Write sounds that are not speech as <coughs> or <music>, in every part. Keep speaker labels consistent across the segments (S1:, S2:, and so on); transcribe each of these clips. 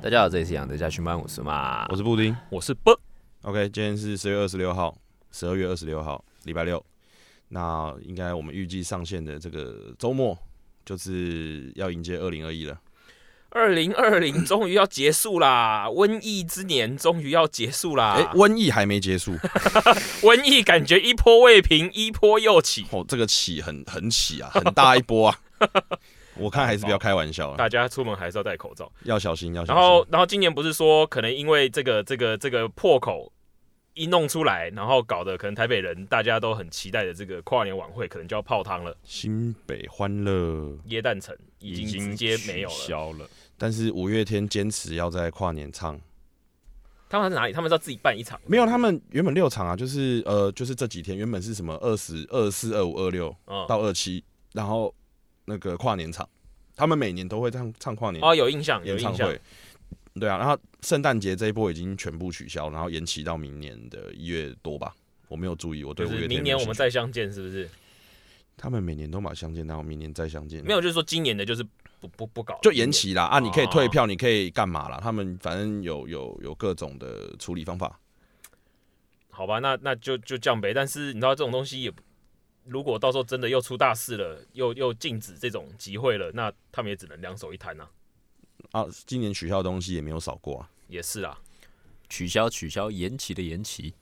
S1: 大家好，这里是杨德家训班，我是嘛，
S2: 我是布丁。
S3: 我是不
S2: OK，今天是十月二十六号，十二月二十六号，礼拜六。那应该我们预计上线的这个周末，就是要迎接二零二一了。
S3: 二零二零 <laughs> 终于要结束啦，瘟疫之年终于要结束啦。
S2: 哎、瘟疫还没结束，
S3: 瘟疫感觉一波未平，一波又起，
S2: 哦，这个起很很起啊，很大一波啊。 <laughs> 我看还是不要开玩笑了，
S3: 大家出门还是要戴口罩。
S2: 要小心，要小
S3: 然
S2: 心。
S3: 后，然后今年不是说可能因为这个这个这个破口一弄出来，然后搞得可能台北人大家都很期待的这个跨年晚会，可能就要泡汤了。
S2: 新北欢乐，
S3: 椰蛋城已经直接没有
S1: 取
S3: 了。
S1: 消了，
S2: 但是五月天坚持要在跨年唱，
S3: 他们在哪里？他们是要自己办一场？
S2: 没有，他们原本六场啊，就是呃，就是这几天原本是什么二十二四、二五、二六，
S3: 嗯
S2: 到二期，然后那个跨年场，他们每年都会唱唱跨年
S3: 哦，有印象，有
S2: 演唱
S3: 印象
S2: 会。。对啊，然后圣诞节这一波已经全部取消，然后延期到明年的一月多吧。我没有注意，我对
S3: 就
S2: 五
S3: 是
S2: 月天
S3: 明
S2: 没有
S3: 年我
S2: 兴
S3: 们
S2: 趣
S3: 再相见，是不是？
S2: 他们每年都把相见，然后明年再相见，
S3: 没有，就是说今年的就是不不不搞，
S2: 就延。期啦啊！你可以退
S3: 哦
S2: 票，你可以干嘛啦？他们反正有有有各种的处理方法。
S3: 好吧，那那就就降呗。但是你知道这种东西也不，如果到时候真的又出大事了，又又禁止这种集会了，那他们也只能两手一摊啊。
S2: 啊，今年取消的东西也没有少过啊，
S3: 也是啦，
S1: 取消取消，延期的延期，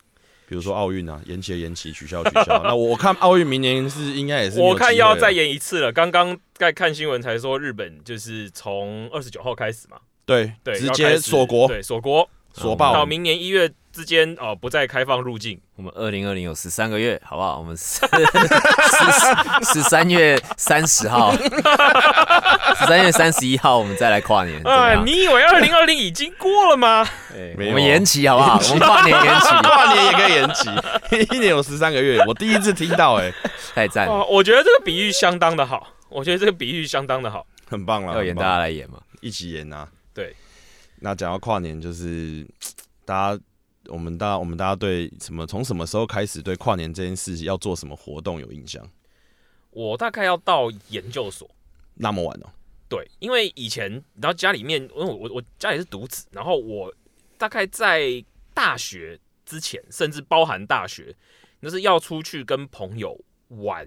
S2: 比如说奥运啊，延期的延期，取消取
S3: <laughs>
S2: 消。那我看奥运明年是应该也是没有
S3: 我看
S2: 机会
S3: 要
S2: 了
S3: 再演一次了。刚刚在看新闻才说，日本就是从二十九号开始嘛，
S2: 对
S3: 对，
S2: 直
S3: 要开
S2: 接
S3: 始
S2: 锁国
S3: 对，锁国
S2: 锁
S1: 哦
S2: 爆嗯
S3: 到。明年一月之间哦、不再开放入境。
S1: 我们二零二零有十三个月，好不好？我们十十十三月三十号，十三月三十一号，我们再来跨年，嗯怎么
S3: 啊，
S1: 样？
S3: 你以为二零二零已经过了吗？
S1: 哎
S2: 没有
S1: 我们延期好不
S2: <laughs>
S1: 好？我们跨年延期，
S2: 跨年也可以延期， <laughs> 一年有十三个月，我第一次听到、哎，
S1: 太赞了，
S3: 哦，我觉得这个比喻相当的好，我觉得这个比喻相当的好。
S2: 很棒啦，
S1: 要演
S2: 很
S1: 大
S2: 棒
S1: 家来演嘛。
S2: 一起演啊。
S3: 对，
S2: 那讲到跨年，就是大家，我们大我们大家对什么从什么时候开始对跨年这件事情要做什么活动有印象？
S3: 我大概要到研究所，
S2: 那么晚哦、
S3: 对，因为以前然后家里面，因嗯为我我我家里是独子，然后我大概在大学之前，甚至包含大学，就是要出去跟朋友玩，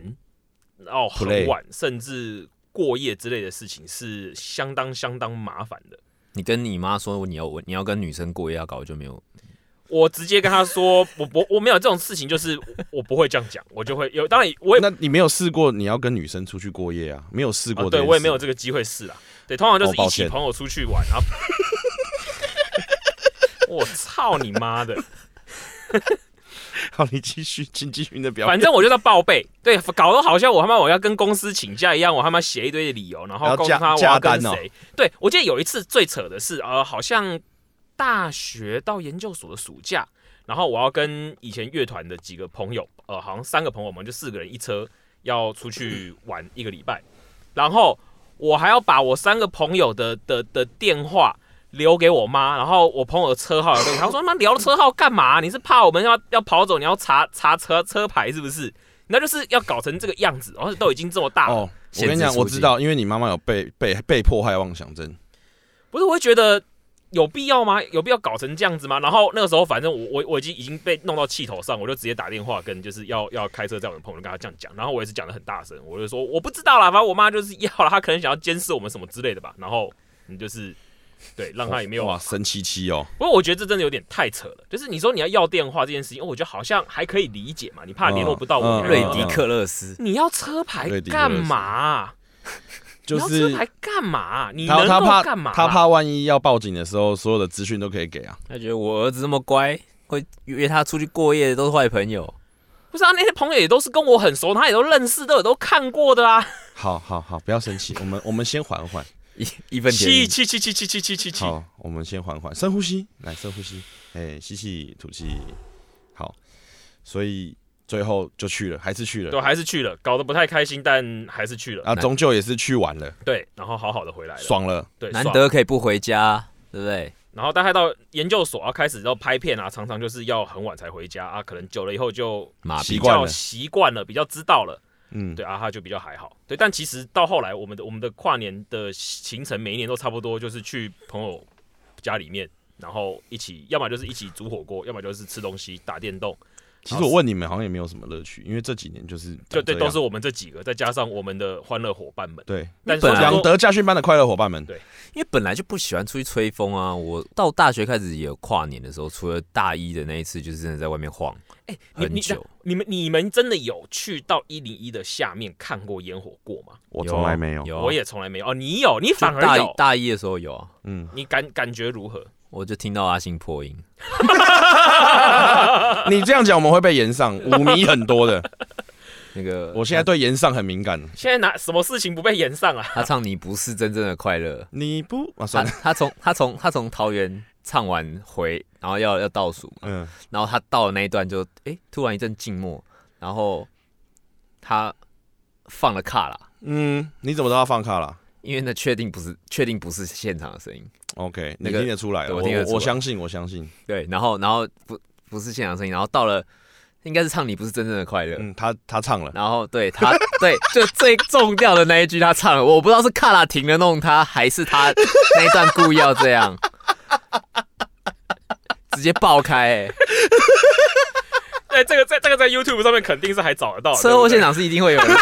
S3: 然后很
S2: Play
S3: 晚，甚至过夜之类的事情是相当相当麻烦的。
S1: 你跟你妈说你要我你要跟女生过夜要搞就没有，
S2: 哦
S3: 我直接跟他说， <laughs> 我不我没有这种事情，就是我我不会这样讲，我就会有，当然我也
S2: 那你没有试过你要跟女生出去过夜啊？没有试过、
S3: 啊、对我也没有。这个机会试啦。对，通常就
S2: 哦
S3: 是
S2: 抱
S3: 一起
S2: 歉
S3: 朋友出去玩，然后 <laughs> 我操你妈的！
S2: 好，你继续， <laughs> 请继续你的表演。
S3: 反正我就在报备，对，搞得好像我他妈我要跟公司请假一样，我他妈写一堆的理由，然
S2: 还
S3: 后
S2: 要
S3: 告诉
S2: 加
S3: 他我
S2: 加
S3: 要跟
S2: 单哦
S3: 谁。对我记得有一次最扯的是，呃，好像大学到研究所的暑假，然后我要跟以前乐团的几个朋友，呃，好像三个朋友，我们就四个人一车要出去玩一个礼拜，然后我还要把我三个朋友的的的电话。留给我妈，然后我朋友的车号留给她，我说妈聊车号干嘛？你是怕我们要要跑走？你要查查车车牌是不是？那就是要搞成这个样子，然后都已经这么大了，
S2: 哦，我跟你
S1: 限
S2: 讲，
S1: 制出
S2: 我知道，因为你妈妈有被被被迫害妄想症。
S3: 不是，我会觉得有必要吗？有必要搞成这样子吗？然后那个时候，反正我我我已经已经被弄到气头上，我就直接打电话跟就是要要开车载我的朋友，就跟他这样讲。然后我也是讲的很大声，我就说我不知道啦，反正我妈就是要了，她可能想要监视我们什么之类的吧。然后你就是对，让她也没有啊
S2: 哇，神七七哦，
S3: 不过我觉得这真的有点太扯了，就是你说你要要电话这件事情，哦我觉得好像还可以理解嘛，你怕联络不到我，
S2: 嗯嗯
S1: 瑞
S3: 你还
S1: 迪克勒斯，
S3: 你要车牌
S2: 瑞迪克
S3: 干嘛？
S2: 就
S3: 你要
S2: 是
S3: 车牌干嘛？你
S2: 他
S3: 能
S2: 他
S3: 够
S2: 怕
S3: 干嘛？
S2: 他怕万一要报警的时候，所有的资讯都可以给啊。
S1: 他觉得我儿子这么乖，会约他出去过夜的都是坏朋友。
S3: 不是啊，那些朋友也都是跟我很熟，他也都认识，都有都看过的啊。
S2: 好好好，不要生气，我们我们先缓缓。
S1: 一一分
S3: 七
S1: 钱，
S3: 七七七七七七七七，
S2: 好，我们先缓缓，深呼吸，来深呼吸，哎，吸气吐气，好，所以最后就去了，还是去
S3: 对，
S2: 了，
S3: 啊还是去了，搞得不太开心，但还是去了。
S2: 啊，终究也是去完了，
S3: 对，然后好好的回来了，
S2: 爽了，
S3: 对，
S1: 难
S3: 爽
S1: 得可以不回家，对不对？
S3: 然后大概到研究所啊，开始要拍片啊，常常就是要很晚才回家啊，可能久了以后就
S1: 马
S2: 习
S1: 屁
S3: 比
S2: 惯了
S3: 较习惯了，比较知道了，
S2: 嗯，
S3: 对啊，他就比较还好。对，但其实到后来，我们的我们的跨年的行程每一年都差不多，就是去朋友家里面，然后一起，要么就是一起煮火锅，要么就是吃东西、打电动。
S2: 其实我问你们，好像也没有什么乐趣，因为这几年就是
S3: 就对，
S2: 长这
S3: 都
S2: 样
S3: 是我们这几个，再加上我们的欢乐伙伴们。
S2: 对
S3: 但是
S1: 本来
S3: 我
S2: 养德家训班的快乐伙伴们
S3: 对。
S1: 因为本来就不喜欢出去吹风啊。我到大学开始也有跨年的时候，除了大一的那一次，就是真的在外面晃
S3: 哎、你
S1: 很
S3: 你
S1: 久。
S3: 你们你们真的有去到一零一的下面看过烟火过吗？
S2: 我从来没有，
S1: 有啊
S3: 我也从来没有哦，你有，你
S1: 就
S3: 反而
S1: 大
S3: 有
S1: 一，大一的时候有啊，
S2: 嗯，
S3: <laughs> 你感感觉如何？
S1: 我就听到阿信破音。
S2: 你这样讲我们会被延上，五迷很多的。
S1: 那个
S2: 我现在对延上很敏感。
S3: 现在哪什么事情不被延上啊？ <laughs>
S1: 他唱你不是真正的快乐，
S2: 你不啊，
S1: 他
S2: <laughs> 算了，
S1: 他从他从他从桃园唱完回，然后要要倒数嘛，
S2: 嗯，
S1: 然后他到了那一段就诶，突然一阵静默，然后他放了卡啦，
S2: 嗯，你怎么知道他放卡了
S1: 因为那确定不是确定不是现场的声音，
S2: ？OK，你
S1: 那个
S2: 听得出来了，
S1: 对
S2: 我
S1: 我听得出来
S2: 我相信，我相信。
S1: 对，然后然后不不是现场声音，然后到了应该是唱你不是真正的快乐，
S2: 嗯，他他唱了，
S1: 然后对他对就最重要的那一句他唱了，我不知道是卡拉停了弄他，还是他那一段故意要这样，直接爆开、欸，
S3: 哎，这个在这个在 YouTube 上面肯定是还找得到的
S1: 车祸
S3: 哦
S1: 现
S3: 对不对
S1: 场是一定会有人的。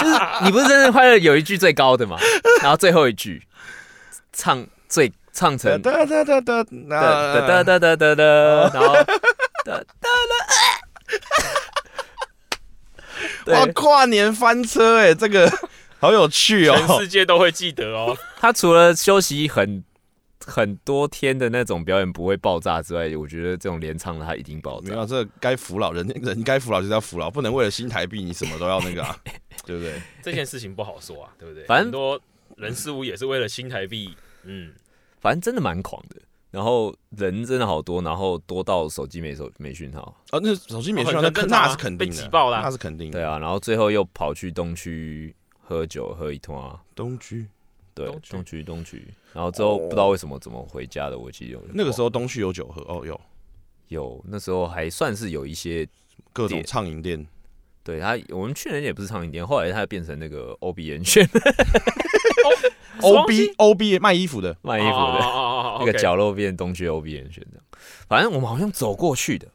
S1: 就是你不是真正快乐有一句最高的嘛，然后最后一句唱最唱成
S2: 哒哒哒哒啊哒
S1: 哒
S2: 哒
S1: 哒哒哒哒哒，
S2: 呃
S1: 然
S2: <laughs>
S1: 后哒哒
S2: 哇
S1: 了。，对，
S2: 跨年翻车哎，这个好有趣
S3: 全
S2: 哦。
S3: 世界都会记得哦。 <laughs>
S1: 他除了休息很很多天的那种表演不会爆炸之外，我觉得这种连唱的他一定爆
S2: 没
S1: 炸。
S2: 有，这该服老人，人该服老就是要服老，不能为了新台币你什么都要那个啊，对不对？
S3: 这件事情不好说啊，对不对？
S1: 反正
S3: 很多人事物也是为了新台币，嗯，
S1: 反正真的蛮狂的，然后人真的好多，然后多到手机没手没讯号。
S2: 啊，那手机没讯号，
S3: 哦
S2: 那
S3: 很正常啊
S2: 那是肯定
S3: 被
S2: 的，
S3: 挤爆啦
S2: 那是肯定的。
S1: 对啊，然后最后又跑去东区喝酒喝一通啊，
S2: 东区哦
S1: 对，
S3: 东区
S1: 东区东区，然后之后不知道为什么怎么回家的，我记得有
S2: 那个时
S1: 候
S2: 候东区有酒喝，哦，有
S1: 有，那时候还算是有一些，
S2: 各种
S1: 店
S2: 畅饮店，
S1: 对他，我们去年也不是唱一店，后来他变成那个 O B 严选
S3: 什么
S2: O
S3: 东西
S2: B O B 卖衣服的，
S1: 卖衣服
S3: 哦
S1: 的
S3: 哦哦
S1: <laughs>
S3: 哦
S1: 那个角落变东区 O B 严选这样，反正我们好像走过去的，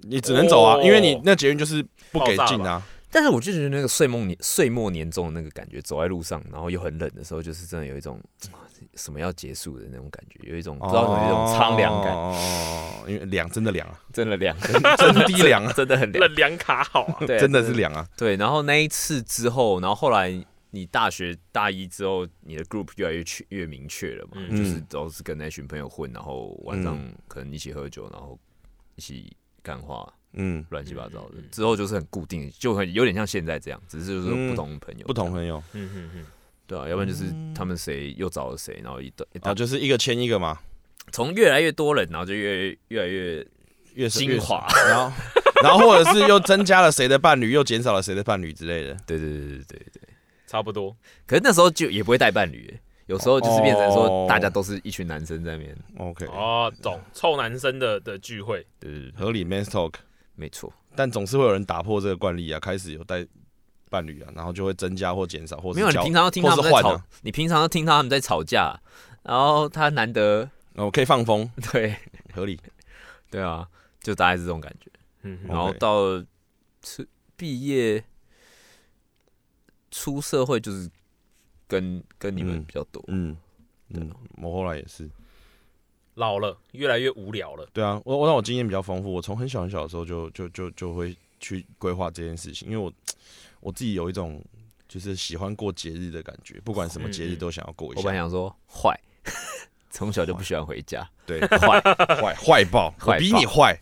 S2: 你只能走啊，
S3: 哦
S2: 因为你那捷运就是不给进
S3: 爆炸
S2: 啊。
S1: 但是我就觉得那个岁末年岁末年终的那个感觉，走在路上，然后又很冷的时候，就是真的有一种啊什么要结束的那种感觉，有一种不知道怎么有一种苍凉感，
S2: 哦，因为凉真的凉啊，
S1: 真的凉，
S2: 真的低凉啊，
S1: <laughs> 真的很凉，
S3: 冷凉卡好
S1: <laughs>
S3: 啊，
S1: 对
S2: 真的是凉啊。
S1: 对，然后那一次之后，然后后来你大学大一之后，你的 group 越来越确越明确了嘛，
S3: 嗯
S1: 就是都是跟那群朋友混，然后晚上
S2: 嗯
S1: 可能一起喝酒，然后一起干话，
S2: 嗯，
S1: 乱七八糟的
S3: 嗯嗯。嗯
S1: 之后就是很固定，就很有点像现在这样，只是就是说
S2: 嗯
S1: 不同的朋友，
S2: 不同朋友
S3: 嗯嗯嗯，
S1: 对啊，要不然就是他们谁又找了谁，然后一到一
S2: 啊，
S1: 到
S2: 就是一个签一个嘛，
S1: 从越来越多人，然后就越越来越
S2: 越深
S1: 精，华。
S2: 越深然后然后或者是又增加了谁的伴侣，又减少了谁的伴侣之类的。
S1: 对对对对对对。
S3: 差不多。
S1: 可是那时候就也不会带伴侣、欸有时候就是变成
S2: 哦
S1: 说大家都是一群男生在那边，
S2: OK，
S3: 哦，懂，臭男生的的聚会，
S1: 对对对，
S2: 合理 man's talk，
S1: 没错。
S2: 但总是会有人打破这个惯例啊，开始有带伴侣啊，然后就会增加或减少，或
S1: 没
S2: 是
S1: 有，你
S2: 交
S1: 平常要听他
S2: 或
S1: 们
S2: 是
S1: 在
S2: 换
S1: 吵，
S2: 啊，
S1: 你平常要听他们在吵架，然后他难得
S2: 哦，可以放风，
S1: 对
S2: 合理。
S1: 对啊，就大概是这种感觉。
S3: 嗯
S1: 然
S3: 嗯，
S1: 后
S2: OK
S1: 到了出毕业出社会，就是跟跟你们
S2: 嗯
S1: 比较多。
S2: 嗯
S1: 对
S2: 嗯，我后来也是。
S3: 老了，越来越无聊了。
S2: 对啊，我我让我经验比较丰富，我从很小很小的时候就就就就会去规划这件事情，因为我我自己有一种就是喜欢过节日的感觉，不管什么节日都想要过一
S1: 嗯我
S2: 下
S1: 本来，想说坏， <laughs> 从小就不喜欢回家，
S2: 对，
S1: 坏。
S2: 坏坏爆，
S1: 坏爆
S2: 我比
S1: <laughs>
S2: 你坏。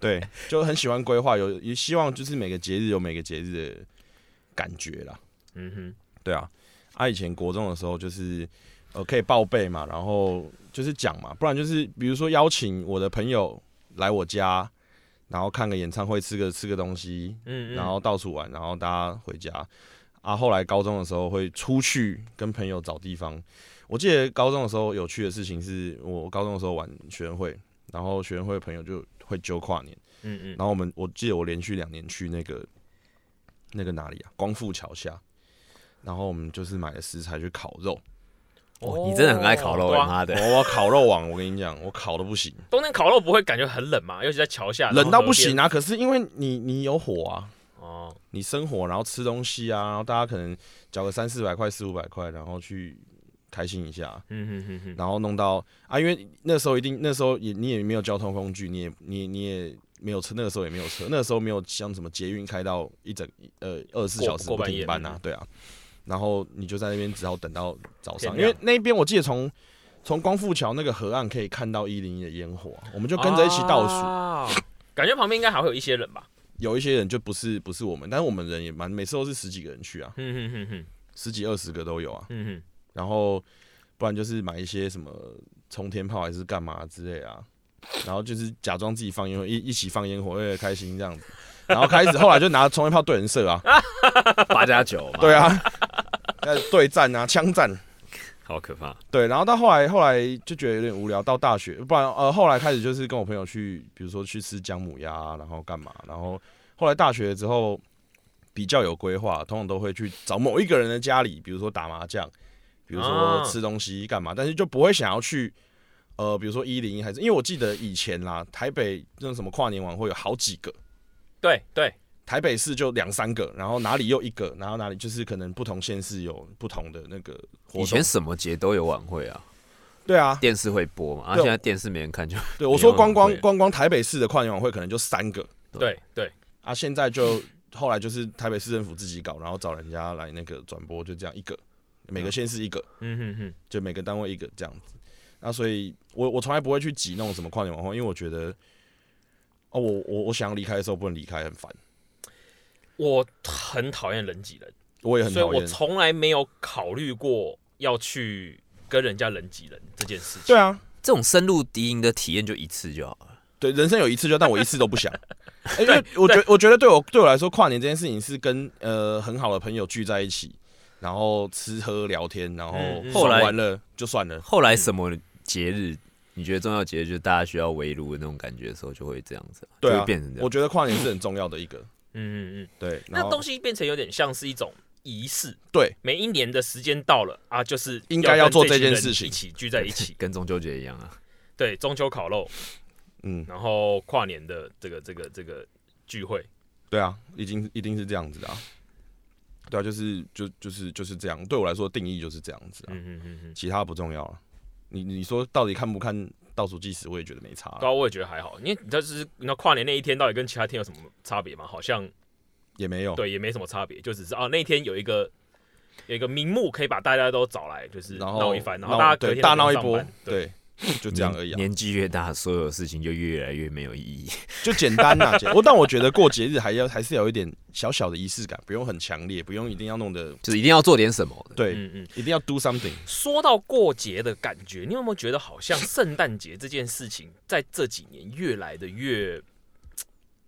S2: 对，就很喜欢规划，有也希望就是每个节日有每个节日的感觉啦。
S3: 嗯哼，
S2: 对啊，啊，以前国中的时候就是呃可以报备嘛，然后就是讲嘛，不然就是比如说邀请我的朋友来我家，然后看个演唱会，吃个吃个东西，
S3: 嗯嗯，
S2: 然后到处玩，然后大家回家。啊，后来高中的时候会出去跟朋友找地方。我记得高中的时候有趣的事情是，我高中的时候玩学生会，然后学生会的朋友就会揪跨年，
S3: 嗯嗯
S2: 然，后我们我记得我连续两年去那个那个哪里啊，光复桥下，然后我们就是买了食材去烤肉。
S1: 哦，你真的很爱烤肉，
S3: 对啊
S1: 妈的！
S2: 我烤肉网，我跟你讲，我烤的不行，
S3: 冬天烤肉不会感觉很冷吗？尤其在桥下，
S2: 冷到不行
S3: 啊！
S2: 啊！可是因为你你有火啊，
S3: 哦，
S2: 你生火，然后吃东西啊，然后大家可能交个三四百块、四五百块，然后去开心一下，啊
S3: 嗯哼哼哼，
S2: 然后弄到啊，因为那时候一定那时候也你也没有交通工具，你也你也你也没有车，那个时候也没有车，那个时候没有像什么捷运开到一整呃二十四
S3: 过
S2: 小时
S3: 过
S2: 不
S3: 半
S2: 停
S3: 夜
S2: 班啊
S3: 嗯，
S2: 对啊，然后你就在那边只好等到早上，
S3: 天
S2: 因为
S3: 亮
S2: 那边我记得从从光复桥那个河岸可以看到一零一的烟火，啊我们就跟着一起倒数。
S3: 数，啊感觉旁边应该还会有一些人吧？
S2: 有一些人就不是不是我们，但是我们人也蛮，每次都是十几个人去啊，
S3: 嗯哼哼哼，
S2: 十几二十个都有啊。
S3: 嗯哼，
S2: 然后不然就是买一些什么冲天炮还是干嘛之类啊，然后就是假装自己放烟火，一一起放烟火，为了开心这样子。然后开始后来就拿冲天炮对人射啊，
S1: 八加九，妈的
S2: 对，啊， <laughs> 那对战啊，枪战。
S1: 好可怕。
S2: 对，然后到后来，后来就觉得有点无聊。到大学，不然呃，后来开始就是跟我朋友去，比如说去吃姜母鸭啊，然后干嘛，然后后来大学之后比较有规划，通常都会去找某一个人的家里，比如说打麻将，比如说
S3: 啊
S2: 吃东西干嘛，但是就不会想要去呃，比如说一零一还是因为我记得以前啦，台北那种什么跨年晚会有好几个，
S3: 对对，
S2: 台北市就两三个，然后哪里又一个，然后哪里就是可能不同县市有不同的那个活
S1: 以
S2: 动
S1: 前。什么节都有晚会啊，
S2: 对啊，
S1: 电视会播嘛，啊，
S2: 对
S1: 现在电视没人看就 <laughs>
S2: 对，我说光光
S1: 晚会
S2: 光光台北市的跨年晚会可能就三个
S3: 对对，
S2: 啊，现在就后来就是台北市政府自己搞，然后找人家来那个转播，就这样一个，每个县市一个，
S3: 嗯哼哼，
S2: 就每个单位一个这样子。那所以我我从来不会去挤那种什么跨年晚会，因为我觉得，哦，我我我想要离开的时候不能离开，很烦，
S3: 我很讨厌人挤人，
S2: 我也很
S3: 所以
S2: 讨
S3: 我
S2: 厌。
S3: 从来没有考虑过要去跟人家人挤人这件事情。
S2: 对啊，
S1: 这种深入敌营的体验就一次就好了。
S2: 对，人生有一次就，但我一次都不想。
S3: <laughs>
S2: 哎因为我觉我觉得对我对我来说，跨年这件事情是跟呃很好的朋友聚在一起，然后吃喝聊天，然后
S3: 嗯嗯
S2: 爽
S1: 后来
S2: 完了就算了。
S1: 后来什么节日，你觉得重要节日就是大家需要围炉的那种感觉的时候，就会这样子啊，
S2: 对
S1: 就
S2: 啊
S1: 会变成这，
S2: 我
S1: 样。
S2: 觉得跨年是很重要的一个。
S3: 嗯嗯嗯，
S2: 对，然
S3: 那
S2: 后
S3: 东西变成有点像是一种仪式，
S2: 对，
S3: 每一年的时间到了啊，就是
S2: 应该要
S3: 跟
S2: 做
S3: 这
S2: 这件
S3: 群人
S2: 事情
S3: 一起聚在
S2: <laughs>
S3: 一起。
S1: <laughs> 跟中秋节一样啊，
S3: 对，中秋烤肉，
S2: 嗯，
S3: 然后跨年的这个这个这个聚会，
S2: 对啊，已经一定是这样子的、啊。对啊，就是就就是就是这样。对我来说，定义就是这样子啊，
S3: 嗯嗯嗯嗯，
S2: 其他不重要了、你你说到底看不看倒数计时，我也觉得没差啦
S3: 对啊，我也觉得还好，因为你这是那跨年那一天到底跟其他天有什么差别吗？好像
S2: 也没有。
S3: 对，也没什么差别，就只是啊那一天有一个有一个名目可以把大家都找来，就是
S2: 然后
S3: 闹一番，然后
S2: 闹
S3: 大家隔
S2: 对
S3: 天
S2: 大
S3: 都不
S2: 闹一
S3: 用上
S2: 波
S3: 班，对，
S2: 对，就这样而已啊。
S1: 年年纪越大，所有事情就越来越没有意义。 <laughs>
S2: 就简单呐、简 <laughs> 我但我觉得过节日还要还是要有一点小小的仪式感，不用很强烈，不用一定要弄得
S1: 就是一定要做点什么的。
S2: 对，
S3: 嗯嗯。
S2: 一定要 do something。
S3: 说到过节的感觉，你有没有觉得好像圣诞节这件事情在这几年越来的越